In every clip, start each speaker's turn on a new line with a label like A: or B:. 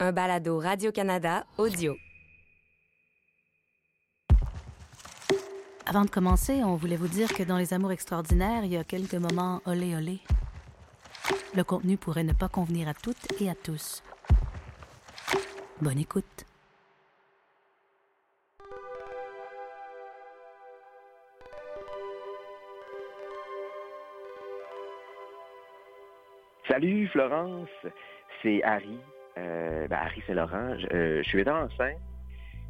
A: un balado Radio-Canada audio.
B: Avant de commencer, on voulait vous dire que dans Les Amours extraordinaires, il y a quelques moments olé olé. Le contenu pourrait ne pas convenir à toutes et à tous. Bonne écoute.
C: Salut Florence, c'est Harry. Euh, ben, Harry Saint-Laurent. Je, euh, je suis metteur en scène.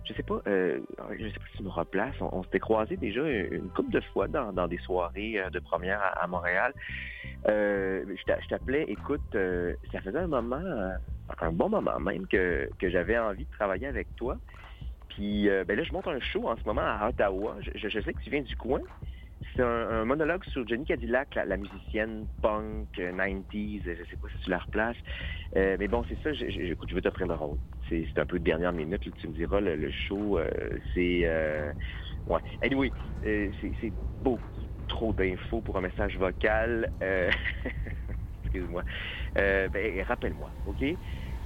C: Je sais pas, euh, je sais pas si tu me replaces. On, on s'était croisés déjà une, une couple de fois dans, dans des soirées euh, de première à, à Montréal. Euh, je t'a- je t'appelais, écoute, euh, ça faisait un moment, euh, un bon moment même, que, que j'avais envie de travailler avec toi. Puis euh, ben là, je monte un show en ce moment à Ottawa. Je, je- je sais que tu viens du coin. C'est un, un monologue sur Jenny Cadillac, la, la musicienne punk, euh, 90s, euh, je sais pas si tu la replaces. Euh, mais bon, c'est ça, je, je, écoute, je veux t'offrir le rôle. C'est c'est un peu de dernière minute, là, tu me diras, le, le show, euh, c'est... euh, ouais. Anyway, euh, c'est- c'est beau. Trop d'infos pour un message vocal. Euh, Excuse-moi. Euh, ben, rappelle-moi, OK?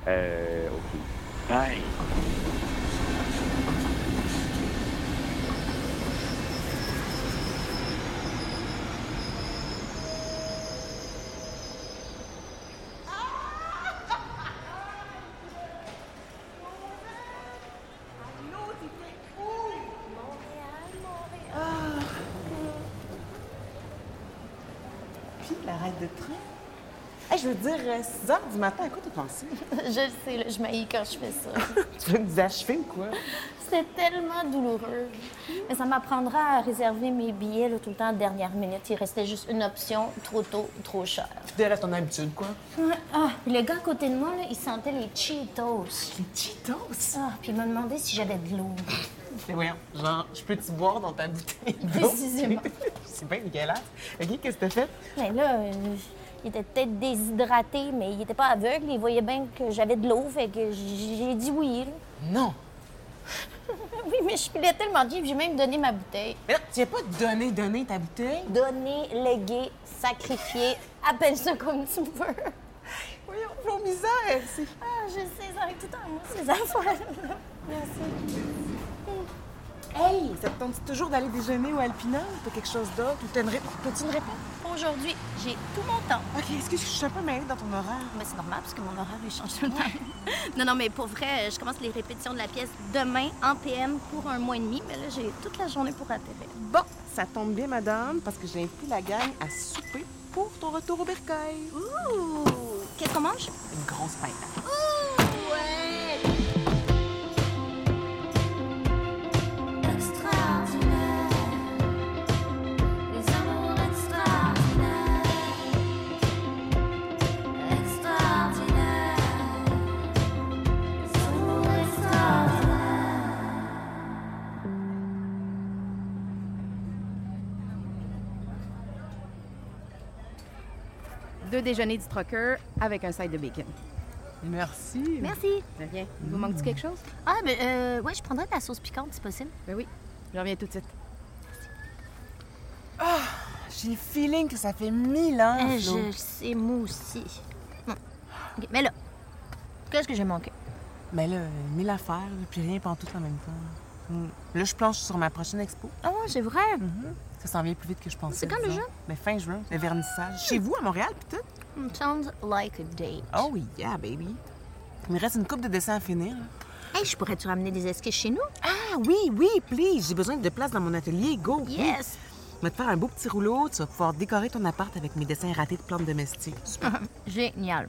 C: Euh, OK. Bye!
D: Puis la ride de train. Hey, je veux dire, euh, 6 heures du matin, à quoi t'as pensé?
E: Je le sais, là, je m'haïs quand je fais ça.
D: tu veux nous achever ou quoi?
E: C'est tellement douloureux. Mais ça m'apprendra à réserver mes billets là, tout le temps à dernière minute. Il restait juste une option, trop tôt, trop cher.
D: Tu restes ton habitude, quoi.
E: Ouais, Ah, le gars à côté de moi, là, il sentait les Cheetos.
D: Les Cheetos!
E: Ah, puis il m'a demandé si j'avais de l'eau.
D: Mais voyons, genre, je peux-tu boire dans ta bouteille? d'eau?
E: Précisément.
D: C'est bien dégueulasse. OK, qu'est-ce que t'as fait?
E: Mais là, euh, il était peut-être déshydraté, mais il était pas aveugle. Il voyait bien que j'avais de l'eau, fait que j- j'ai dit oui. là.
D: Non!
E: Oui, mais je filais tellement cheap, j'ai même donné ma bouteille.
D: Mais non, tu n'as pas donné, donné ta bouteille?
E: Donner, léguer, sacrifier, appelle ça comme tu veux.
D: Voyons, nos misères! C'est...
E: Ah, je sais, ça arrive tout le temps, moi, ces affaires-là. Merci. Hey!
D: Ça te tente toujours d'aller déjeuner au Alpina ou t'as quelque chose d'autre? Ou t'as une réponse? T'as-tu une réponse?
E: Aujourd'hui, j'ai tout mon temps.
D: OK, excuse, je suis un peu mêlée dans ton horaire.
E: Mais c'est normal, parce que mon horaire, il change tout le temps. non, non, mais pour vrai, je commence les répétitions de la pièce demain en PM pour un mois et demi. Mais là, j'ai toute la journée pour atterrir.
D: Bon, ça tombe bien, madame, parce que j'ai invité la gang à souper pour ton retour au bercail.
E: Ouh! Qu'est-ce qu'on mange?
D: Une grosse paille.
E: Ouh! Ouais!
F: Deux déjeuners du trucker avec un side de bacon.
D: Merci.
E: Merci.
F: De rien. Il vous manque-tu quelque chose?
E: Ah, mais euh, ouais, je prendrais de la sauce piquante si possible.
F: Ben oui. Je reviens tout de suite.
D: J'ai le feeling que ça fait mille ans.
E: Eh,
D: Flo.
E: je sais, moi aussi. Hmm. Ok, mais là, qu'est-ce que j'ai manqué?
D: Mais là, mille affaires, là, puis rien pendant tout en même temps. Mm. Là, je planche sur ma prochaine expo.
E: Ah, c'est vrai.
D: Ça s'en vient plus vite que je pensais.
E: C'est quand le
D: disons.
E: jeu?
D: Ben, fin juin, le vernissage. Chez vous, à Montréal, puis tout.
E: Sounds like a date.
D: Oh yeah, baby. Il me reste une coupe de dessins à finir.
E: Hey, Eh, je pourrais-tu ramener des esquisses chez nous?
D: Ah oui, oui, please. J'ai besoin de place dans mon atelier. Go. oui.
E: Yes!
D: Je vais te faire un beau petit rouleau. Tu vas pouvoir décorer ton appart avec mes dessins ratés de plantes domestiques. Super.
E: Génial.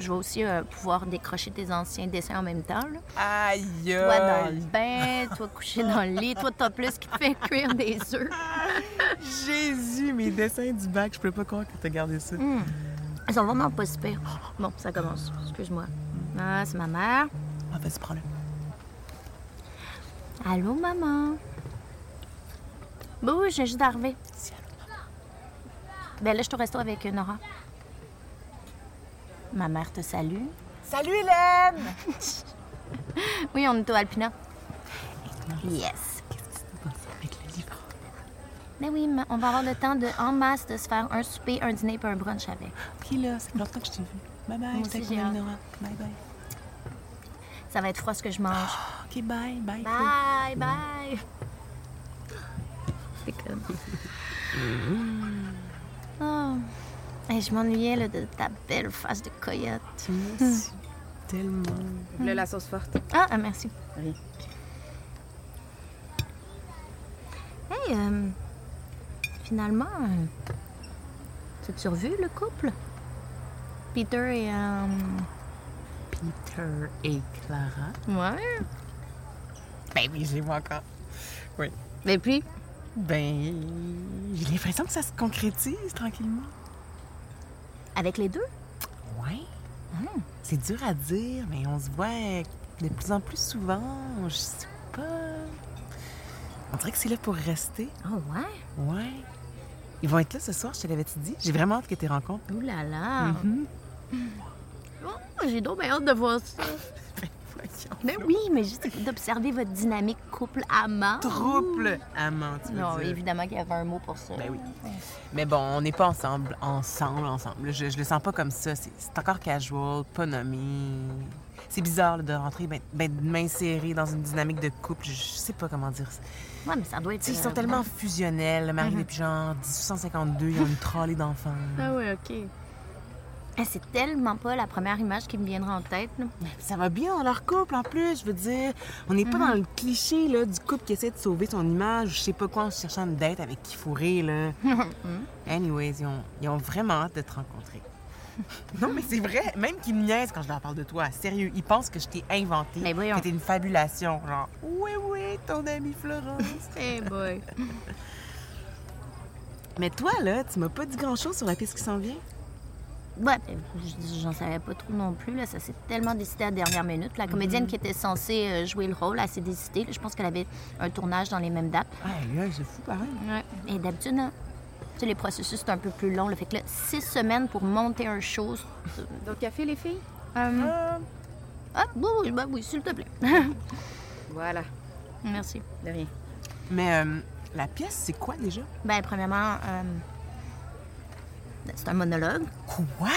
E: Je vais aussi euh, pouvoir décrocher tes anciens dessins en même temps. là.
D: Aïe.
E: Toi dans le bain, toi couché dans le lit, toi t'as plus qui fait cuire des œufs.
D: Jésus, mes dessins du bac. Je peux pas croire que t'as gardé ça.
E: Ils sont vraiment pas si pires. Bon, ça commence. Excuse-moi. Ah, c'est ma mère.
D: Ah, vas-y, prends-le.
E: Allô, maman? Bon, oui, j'ai juste d'arriver.
D: Dis allô, maman.
E: Ben là, je suis au resto avec euh, Nora. Ma mère te salue.
D: Salut, Hélène!
E: Oui, on est au Alpina. Yes.
D: Avec le livre.
E: Ben oui, ma- on va avoir le temps de, en masse de se faire un souper, un dîner puis un brunch avec.
D: Puis là, c'est longtemps que je t'ai vu. Bye bye,
E: Moi
D: c'était
E: aussi, j'ai
D: cool,
E: hâte.
D: Nora. Bye bye.
G: Ça va être froid ce que je mange.
D: OK, bye, bye.
G: Bye, bye. C'est comme. Oh. Et je m'ennuyais là, de ta belle face de coyote.
D: Hmm. Tellement.
F: Là, la sauce forte.
G: Ah, ah, merci.
F: Oui.
G: Hey, euh, finalement, euh, t'as-tu revu le couple? Peter et. euh,
D: Peter et Clara.
G: ouais.
D: Ben oui, je les vois encore.
G: Et puis,
D: Ben, j'ai l'impression que ça se concrétise tranquillement.
G: avec les deux?
D: Ouais. Hum, C'est dur à dire, mais on se voit de plus en plus souvent. Je sais pas. On dirait que c'est là pour rester.
G: Oh, ouais.
D: Ouais. Ils vont être là ce soir, je te l'avais-tu dit? J'ai vraiment hâte que tu les rencontres.
G: Ouh là là. Oh, j'ai donc bien hâte de voir ça. Mais oui, mais juste d'observer votre dynamique couple-amant.
D: Trouble amant, tu veux
G: Non,
D: dire.
G: évidemment qu'il y avait un mot pour ça.
D: Ben oui. Mais bon, on n'est pas ensemble, ensemble, ensemble. Je, je le sens pas comme ça. C'est c'est encore casual, pas nommé. C'est bizarre là, de rentrer, ben, ben, de m'insérer dans une dynamique de couple. Je, je sais pas comment dire ça.
G: Ouais, mais ça doit être.
D: Tu sais, ils
G: euh,
D: sont tellement fusionnels. Le mari depuis genre 1852, ils ont une trolley d'enfants.
F: oui, OK.
G: Ah, C'est tellement pas la première image qui me viendra en tête. là.
D: Ça va bien dans leur couple en plus, je veux dire. On n'est pas dans le cliché là, du couple qui essaie de sauver son image, je sais pas quoi, en cherchant une date avec qui fourrer. Là. Anyways, ils ont, ils ont vraiment hâte de te rencontrer. non, mais c'est vrai, même qu'ils me niaisent quand je leur parle de toi. Sérieux, ils pensent que je t'ai inventé,
G: Mais voyons.
D: que t'es une fabulation. Genre, oui, oui, ton ami Florence.
G: Eh boy.
D: mais toi, là, tu m'as pas dit grand-chose sur la piste qui s'en vient.
G: Ouais, ben, je- j'en savais pas trop non plus. Là. Ça s'est tellement décidé à la dernière minute. La comédienne
D: Mhm.
G: qui était censée euh, jouer le rôle, elle s'est décidée. là. Je pense qu'elle avait un tournage dans les mêmes dates.
D: Ah, là, c'est fou, pareil.
G: Et d'habitude, hein, tu sais, les processus, c'est un peu plus long. Le fait que là, six semaines pour monter un show. c'est-
F: D'autres cafés, les filles?
D: hein.
G: Ah, oui, oui, ben oui, s'il te plaît.
F: Voilà,
G: Merci.
F: de rien.
D: Mais euh, la pièce, c'est quoi déjà?
G: Ben, premièrement, euh, c'est un monologue.
D: Quoi?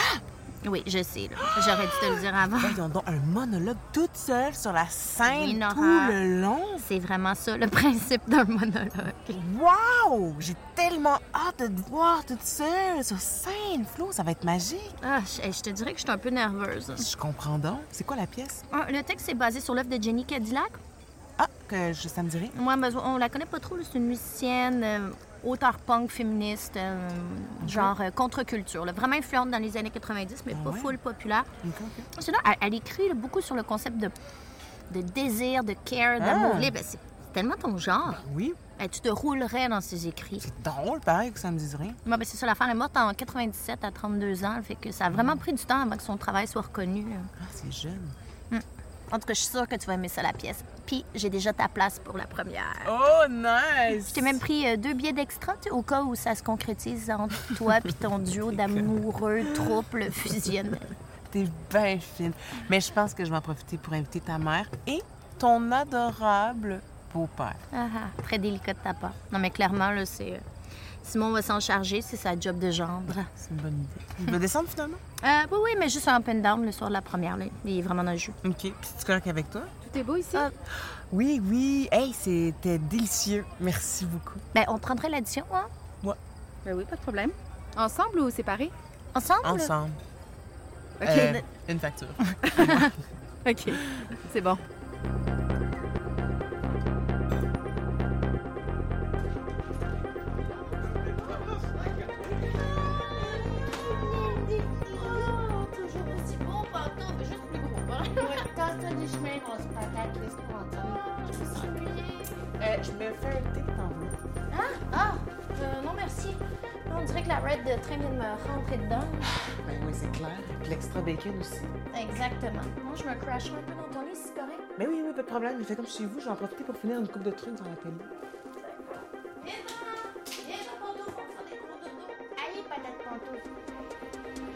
G: Oui, je sais. là. J'aurais dû te le dire avant.
D: Voyons donc, un monologue toute seule sur la
G: Oui,
D: scène
G: Nora.
D: tout le long.
G: C'est vraiment ça, le principe d'un monologue.
D: Wow! J'ai tellement hâte de te voir toute seule sur scène, Flo, ça va être magique.
G: Ah, je, je te dirais que je suis un peu nerveuse.
D: Je comprends donc. C'est quoi la pièce?
G: Ah, Le texte est basé sur l'œuvre de Jenny Cadillac.
D: Ah, que je, ça me dirait.
G: Moi, ben, on la connaît pas trop. là. C'est une musicienne, euh, auteure punk, féministe, euh, genre euh, contre-culture. là. Vraiment influente dans les années 90, mais
D: Ah
G: pas
D: ouais?
G: full populaire.
D: Ok, ok.
G: Sinon, elle, elle écrit là, beaucoup sur le concept de, de désir, de care, d'amour
D: Ah!
G: libre. ben, C'est tellement ton genre.
D: Oui,
G: Ben, tu te roulerais dans ses écrits.
D: c'est drôle, pareil, que ça me dise rien.
G: Moi, ben, c'est ça, la femme est morte en 97 à 32 ans. Fait que ça a vraiment pris du temps avant que son travail soit reconnu. là.
D: Ah, c'est jeune.
G: En tout cas, je suis sûre que tu vas aimer ça, la pièce. Puis, j'ai déjà ta place pour la première.
D: Oh, nice!
G: Je t'ai même pris euh, deux billets d'extra, tu sais, au cas où ça se concrétise entre toi puis ton duo d'amoureux trouble fusionnel.
D: T'es bien fine. Mais je pense que je vais en profiter pour inviter ta mère et ton adorable beau-père.
G: Ah, ah, très délicat de ta part. Non, mais clairement, là, c'est... euh, Simon va s'en charger, c'est sa job de gendre.
D: Ah, C'est une bonne idée. Il va descendre finalement?
G: Euh, oui, oui, mais juste un open down le soir de la première, là. Il est vraiment dans le jus.
D: Ok, puis tu correct avec toi?
F: Tout est beau ici?
G: Ah.
D: Oui, oui. Hey, c'était délicieux. Merci beaucoup.
G: Ben, on prendrait l'addition, hein?
F: Ben oui, pas de problème. Ensemble ou séparés?
H: Oh,
G: Ensemble?
D: Ensemble.
F: OK.
D: Euh, une facture.
F: OK, c'est bon.
H: Euh,
D: je me fais un thé
G: Ah, euh, non, merci. On dirait que la raid de train vient de me rentrer dedans.
H: Ah,
D: Ben oui, c'est clair. Puis l'extra bacon aussi.
G: Exactement. Moi, je me crasherai un peu dans ton lit, c'est correct.
D: Mais Ben oui, oui, pas de problème. Je fais comme chez vous. Je vais en profiter pour finir une coupe de trucs dans la télé.
G: Allez, patate pantoute.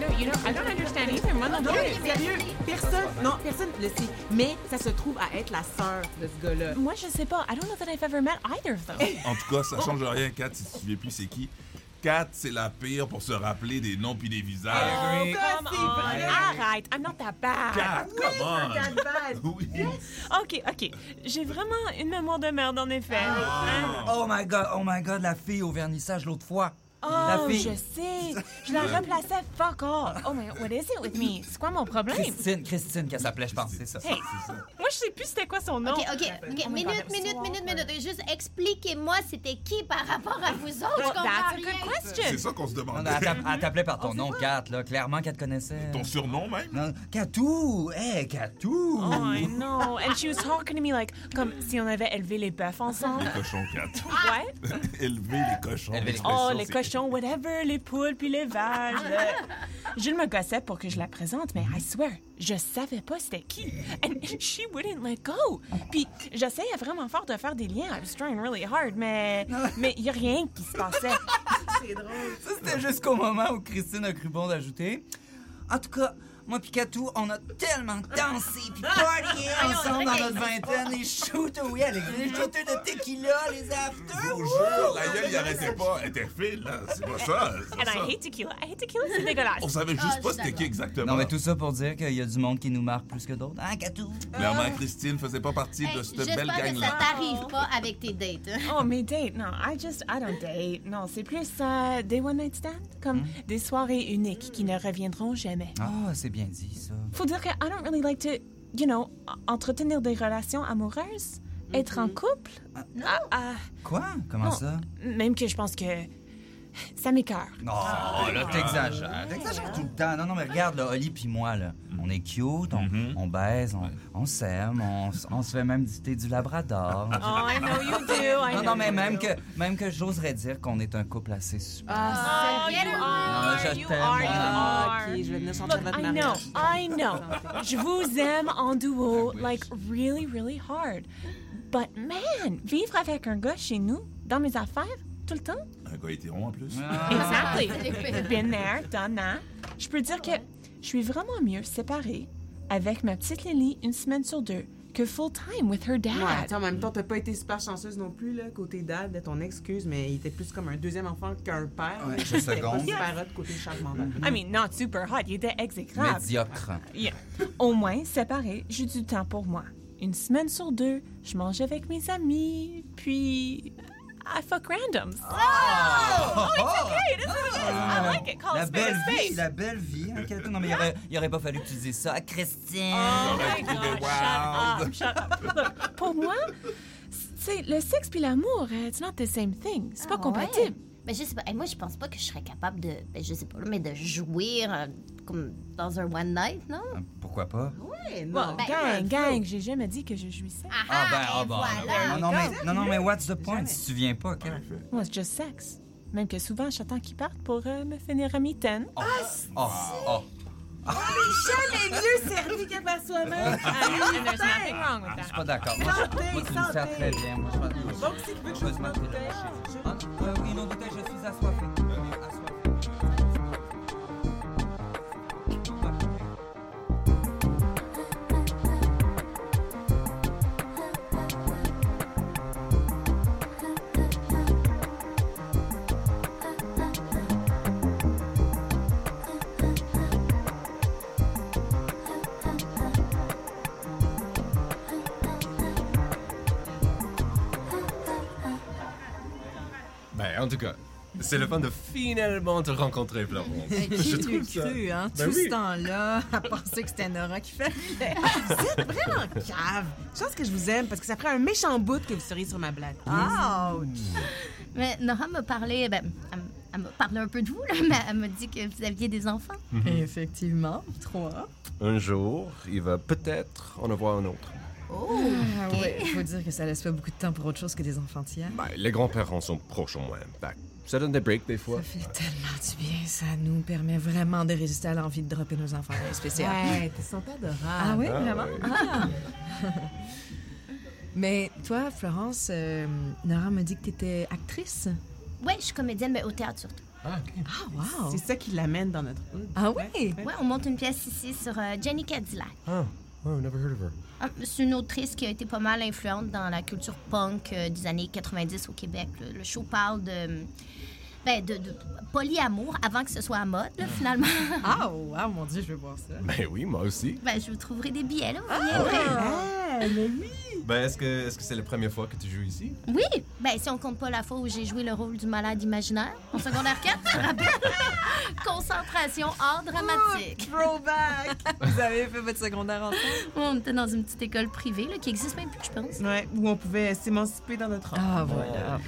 D: No, you know, I don't understand either
H: moi non plus. Sérieux, personne, non, personne le sait. Mais ça se trouve à être la sœur de ce gars-là.
D: Moi, je sais pas. I don't know that I've ever met either of them.
I: En tout cas, ça change rien, Kat, si tu te souviens plus c'est qui. Kat, c'est la pire pour se rappeler des noms puis des visages.
D: Oh,
G: Oui.
D: come
H: Ah, c'est
D: on.
H: vrai.
D: Arrête. I'm not that bad.
I: Kat, comment?
H: Regarde, bad.
I: Oui.
D: OK, OK. J'ai vraiment une mémoire de merde, en effet.
I: Ah.
G: Oh my god, oh my god, la fille au vernissage l'autre fois. la
D: Oh, je
G: fille,
D: sais. Je la remplaçais fuck off. Oh, my, what is it with me? C'est quoi mon problème?
G: Christine, Christine qu'elle s'appelait, je pense, c'est ça.
D: Moi, je sais plus c'était quoi son nom.
E: OK, OK, OK. Minute, minute, minute, minute. Juste expliquez-moi c'était qui par rapport à vous autres. Je
D: Well,
E: comprends
D: that's a good
E: rien.
I: C'est
D: question.
I: ça qu'on se
G: Non,
I: demandait.
G: non, elle t'app- elle t'appelait par ton nom, Kat, là. Clairement qu'elle te connaissait.
I: Ton surnom, même?
G: Non, Katou! Hé, Katou!
D: Oh, I know. And she was talking to me like, comme si on avait élevé les bœufs ensemble.
I: hein, Les cochons, Kat.
D: Ah. Ouais.
I: Élever les cochons.
G: Élever les
D: Oh,
I: L'expression,
D: les
I: c'est-
D: cochons, whatever, les poules puis les vaches. euh. Jules me gossait pour que je la présente, mais I swear, je savais pas c'était qui. And she wouldn't let go. Puis j'essayais vraiment fort de faire des liens. I was trying really hard, mais mais y a rien qui se passait.
G: Ça, c'était jusqu'au moment où Christine a cru bon d'ajouter. En tout cas, moi pis Katou, on a tellement dansé puis partyé ensemble dans notre vingtaine. Les shooters, oui, avec les shooters de tequila, les afters.
I: Bonjour, la gueule, il arrêtait pas. Elle était fine, là. C'est pas ça. c'est
D: And
I: ça.
D: I hate tequila. I hate tequila, c'est
I: On
D: dégueulasse.
I: savait
E: Ah,
I: juste
E: je
I: pas
E: suis
I: c'était qui
E: d'accord.
I: exactement.
G: Non, mais tout ça pour dire qu'il y a du monde qui nous marque plus que d'autres. Hein, Katou?
D: Ah.
I: Clairement, Christine faisait pas partie
E: Hey,
I: de cette belle
E: J'espère que ça
I: gang-là.
E: t'arrive pas avec tes dates. hein.
D: Oh, mes dates, non, I just, I don't date. Non, c'est plus euh, des one-night stands, comme des soirées uniques qui ne reviendront jamais.
G: Hmm. Ah, c'est bien dit, ça.
D: Faut dire que I don't really like to, you know, entretenir des relations amoureuses,
H: Mm-hmm.
D: être en couple. Ah, ah,
G: Quoi? Comment
D: Non.
G: ça?
D: même que je pense que ça m'écœure.
G: Non, là, t'exagères. T'exagères tout le temps. Non, non, mais regarde, là, Oli puis moi, là, on est cute, on,
D: Mhm.
G: on baise, on, on s'aime, on, s- on se fait même dicter du labrador.
D: Oh, I know you do. I
G: Non,
D: know
G: non, mais
D: you
G: même
D: do.
G: que, même que j'oserais dire qu'on est un couple assez super.
D: Oh, you
G: Non, je
D: are, you
G: t'aime,
D: are,
G: mon
D: you are.
H: Ok, je vais venir chanter
D: Look,
H: votre
D: I
H: mariage.
D: know, I know. Je vous aime en duo, like really, really hard. But man, vivre avec un gars chez nous, dans mes affaires, tout le temps.
I: Un gars hétéron en plus.
G: Ah.
D: Exactly.
E: C'est pire.
D: Been there, done that. Je peux dire que je suis vraiment mieux séparée avec ma petite Lily une semaine sur deux que full time with her
H: Ouais, tu sais,
D: dad.
H: en même temps, t'as pas été super chanceuse non plus, là, côté dad, de ton excuse, mais il était plus comme un deuxième enfant qu'un père.
G: Ouais, je
H: C'était pas
G: seconde. Mm-hmm.
H: super hot côté charmant.
D: I mean, not super hot, il était
G: Ah.
D: exécrable.
G: Médiocre.
D: Yeah. Au moins, séparée, j'ai du temps pour moi. Une semaine sur deux, je mange avec mes amis, puis I fuck randoms.
G: Oh!
D: Oh, Hey, it is what it is. I like it. Call a
G: Ah! La
D: spade
G: belle
D: a
G: vie,
D: spade.
G: la belle vie. hein, Katou. Non, mais il aurait, il aurait pas fallu que tu dises ça à Christine.
D: Oh
I: J'aurais
D: my
I: trouvé
D: God,
I: wild.
D: shut up, shut up. Look, pour moi, c'est le sexe puis l'amour, euh, it's not the same thing. C'est pas
E: Ah,
D: compatible.
E: ouais. Mais je sais pas. Et moi, je pense pas que je serais capable de. Ben, je sais pas, mais de jouir euh, comme dans un one night, non?
G: Pourquoi pas?
H: Ouais,
D: Well,
H: non.
E: ben,
D: gang, gang, j'ai jamais dit que je jouissais.
E: Ah,
G: Ah, ben,
E: et
G: ah, ben.
E: voilà.
G: Non, non, mais, non, non, mais what's the point si tu viens pas, Kat?
D: Moi, c'est juste sexe. Même que souvent, j'attends qu'ils partent pour euh, me finir à mi-temps.
G: Oh, oh.
H: Jamais mieux servi qu'à par soi-même.
D: Ah,
H: Ah
D: And there's nothing wrong with
G: Je
D: that.
G: suis pas d'accord. Moi, je- moi, tu me sers très bien. Moi, je pense
H: Donc, si tu veux que je vous mette une
G: Ah, euh, oui, non, bouteille, je suis assoiffé. Assoiffé.
J: Ben, en tout cas, c'est le fun de finalement te rencontrer, Florence.
K: Qui l'eût
J: trouve ça.
K: cru, hein,
J: Ben
K: tout
J: oui.
K: ce temps-là, à penser que c'était Nora qui fait.
H: Vraiment cave. Je pense que je vous aime parce que ça prend un méchant bout que vous seriez sur ma blague.
D: Ah, Hein? oh,
K: Ouch!
E: Mais Nora m'a parlé, ben, elle, m- elle m'a parlé un peu de vous, là, mais elle m'a dit que vous aviez des enfants.
K: Effectivement, trois.
J: Un jour, il va peut-être en avoir un autre.
K: Ah ouais, faut dire que ça laisse pas beaucoup de temps pour autre chose que des enfantillages.
J: Ben, les grands-parents sont proches au moins. Ben, ça donne des breaks des fois.
K: Ça fait tellement du bien, ça nous permet vraiment de résister à l'envie de dropper nos enfants dans les spéciales.
H: Ouais, t'es sympa adorable.
K: Ah oui, vraiment?
J: ouais.
K: Ah. Mais toi, Florence, euh, Nora me dit que t'étais actrice.
E: Ouais, je suis comédienne, mais au théâtre surtout.
D: Ah,
L: wow.
D: C'est ça qui l'amène dans notre hood.
L: Ah
E: oui? Ouais, on monte une pièce ici sur euh, Jenny Cadillac.
M: Ah, oh, never heard of her.
E: Ah, C'est une autrice qui a été pas mal influente dans la culture punk euh, des années 90 au Québec. là. Le, show parle de, ben, de, de polyamour avant que ce soit à mode, là, finalement.
L: Ah, wow, mon Dieu, je veux voir ça.
M: Ben oui, moi aussi.
E: Ben, je vous trouverai des billets, là. vous viendrez.
M: Ah, Ben, est-ce que est-ce que c'est la première fois que tu joues ici?
E: Oui, ben si on compte pas la fois où j'ai joué le rôle du malade imaginaire en secondaire 4, je me rappelle. Concentration, art dramatique.
L: throwback! Vous avez fait votre secondaire ensemble?
E: on était dans une petite école privée là, qui existe même plus, je pense.
D: Ouais, où on pouvait s'émanciper dans notre
L: Ah, voilà.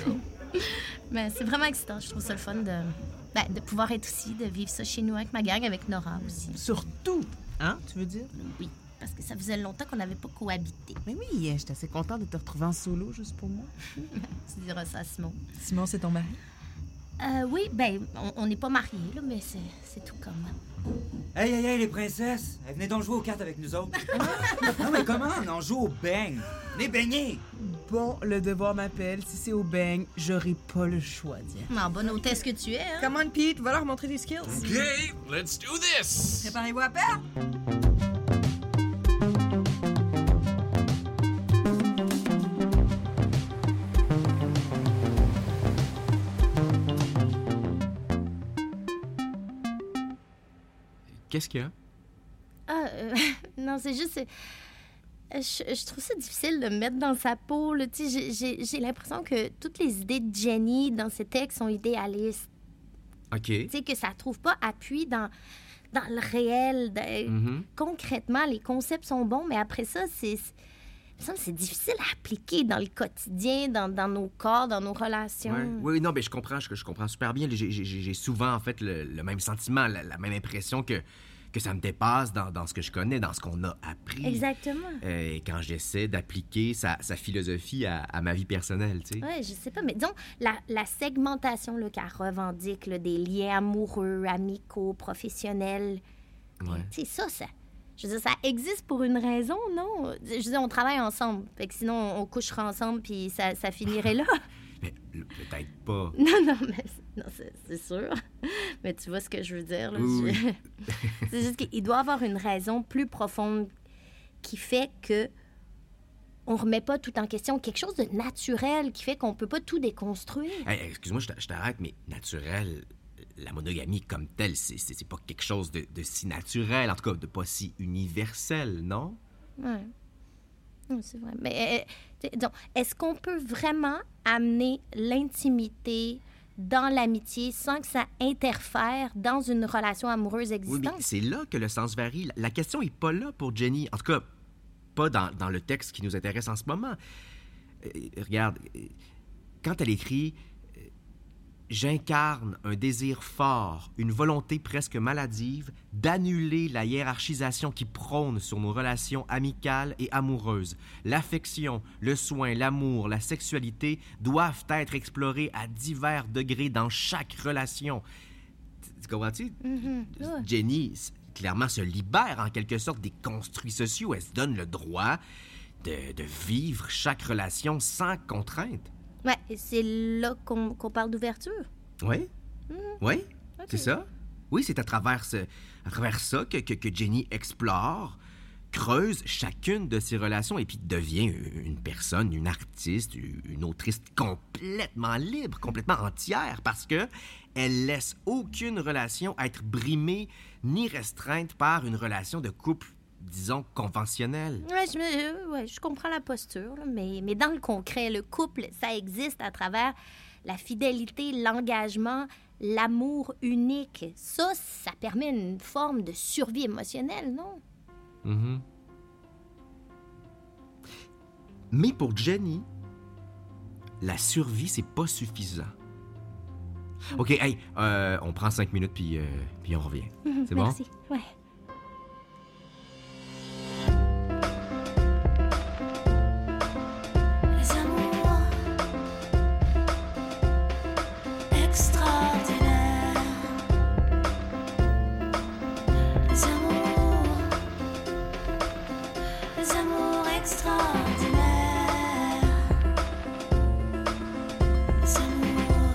E: Mais c'est vraiment excitant. Je trouve ça le fun de, ben, de pouvoir être ici, de vivre ça chez nous avec ma gang, avec Nora aussi.
D: Surtout, hein, tu veux dire?
E: Oui, parce que ça faisait longtemps qu'on n'avait pas cohabité.
D: Mais oui, j'étais assez contente de te retrouver en solo juste pour moi.
E: tu diras ça à Simon.
L: Simon, c'est ton mari?
E: Euh, oui, ben, on- on n'est pas mariés, là, mais c'est c'est tout comme.
N: Hey, hey, hey, les princesses, eh, venez donc jouer aux cartes avec nous autres. non, mais comment? On joue au bang. Venez baigner.
D: Bon, le devoir m'appelle. Si c'est au beigne, j'aurai pas le choix, dire.
E: Mais en bonne hôtesse que tu es, hein?
L: Come on, Pete, va leur montrer des skills.
M: Okay, let's do this!
L: Préparez-vous à perdre!
I: Qu'est-ce qu'il y a?
E: Ah, euh, non, c'est juste. c'est- euh, Je, je trouve ça difficile de me mettre dans sa peau. là. Tu sais, j'ai- j'ai j'ai l'impression que toutes les idées de Jenny dans ses textes sont idéalistes.
I: OK.
E: Tu sais, que ça trouve pas appui dans, dans le réel. de-
I: Mhm.
E: Concrètement, les concepts sont bons, mais après ça, c'est. c'est- il me semble que C'est difficile à appliquer dans le quotidien, dans, dans nos corps, dans nos relations.
I: Ouais. Oui, oui, non, mais je comprends, je, je comprends super bien. J'ai- J'ai j'ai- j'ai souvent, en fait, le, le même sentiment, la, la même impression que, que ça me dépasse dans, dans ce que je connais, dans ce qu'on a appris.
E: Exactement.
I: Euh, et quand j'essaie d'appliquer sa, sa philosophie à, à ma vie personnelle, tu sais.
E: Ouais, je sais pas, mais disons, la, la segmentation là, qu'elle revendique là, des liens amoureux, amicaux, professionnels,
I: Ouais.
E: c'est ça, ça. Je veux dire, ça existe pour une raison, non? Je veux dire, on travaille ensemble. Fait que sinon, on couchera ensemble, puis ça, ça finirait là.
I: Le- Peut-être pas.
E: non, non, mais non, c'est, c'est sûr. Mais tu vois ce que je veux dire, là.
I: Oui,
E: je- c'est juste qu'il doit avoir une raison plus profonde qui fait que on remet pas tout en question. Quelque chose de naturel qui fait qu'on peut pas tout déconstruire.
I: Hey, Excuse-moi, je t'a- je t'arrête, mais naturel, la monogamie comme telle, c'est- c'est c'est pas quelque chose de, de si naturel, en tout cas, de pas si universel, non?
E: Ouais. Ouais, c'est vrai. Mais euh, t'sais, disons, est-ce qu'on peut vraiment amener l'intimité dans l'amitié sans que ça interfère dans une relation amoureuse
I: Oui, mais
E: existante?
I: c'est là que le sens varie. La- La question est pas là pour Jenny. En tout cas, pas dans, dans le texte qui nous intéresse en ce moment. Euh, regarde, euh, quand elle écrit euh, J'incarne un désir fort, une volonté presque maladive d'annuler la hiérarchisation qui prône sur nos relations amicales et amoureuses. L'affection, le soin, l'amour, la sexualité doivent être explorés à divers degrés dans chaque relation. Tu- Tu comprends-tu?
E: Mhm. Ouais.
I: Jenny, s- clairement, se libère en quelque sorte des construits sociaux. Elle se donne le droit de, de vivre chaque relation sans contrainte.
E: Ouais, et c'est là qu'on qu'on parle d'ouverture.
I: Oui?
E: Mhm.
I: Oui? C'est ça? Oui, c'est à travers, ce- à travers ça que, que- que Jenny explore, creuse chacune de ses relations et puis devient u- une personne, une artiste, u- une autrice complètement libre, complètement entière, parce que elle laisse aucune relation être brimée ni restreinte par une relation de couple, disons, conventionnelle.
E: Ouais, je, me- euh, ouais, je comprends la posture, là, mais, mais dans le concret, le couple, ça existe à travers la fidélité, l'engagement, l'amour unique. Ça, ça permet une forme de survie émotionnelle, non?
I: Mhm. Mais pour Jenny, la survie, c'est pas suffisant. OK, hey, euh, on prend cinq minutes, puis, euh, puis on revient. C'est bon?
E: Merci. Ouais.
O: Les amours extraordinaires. Les amours, les amours extraordinaires. Les amours,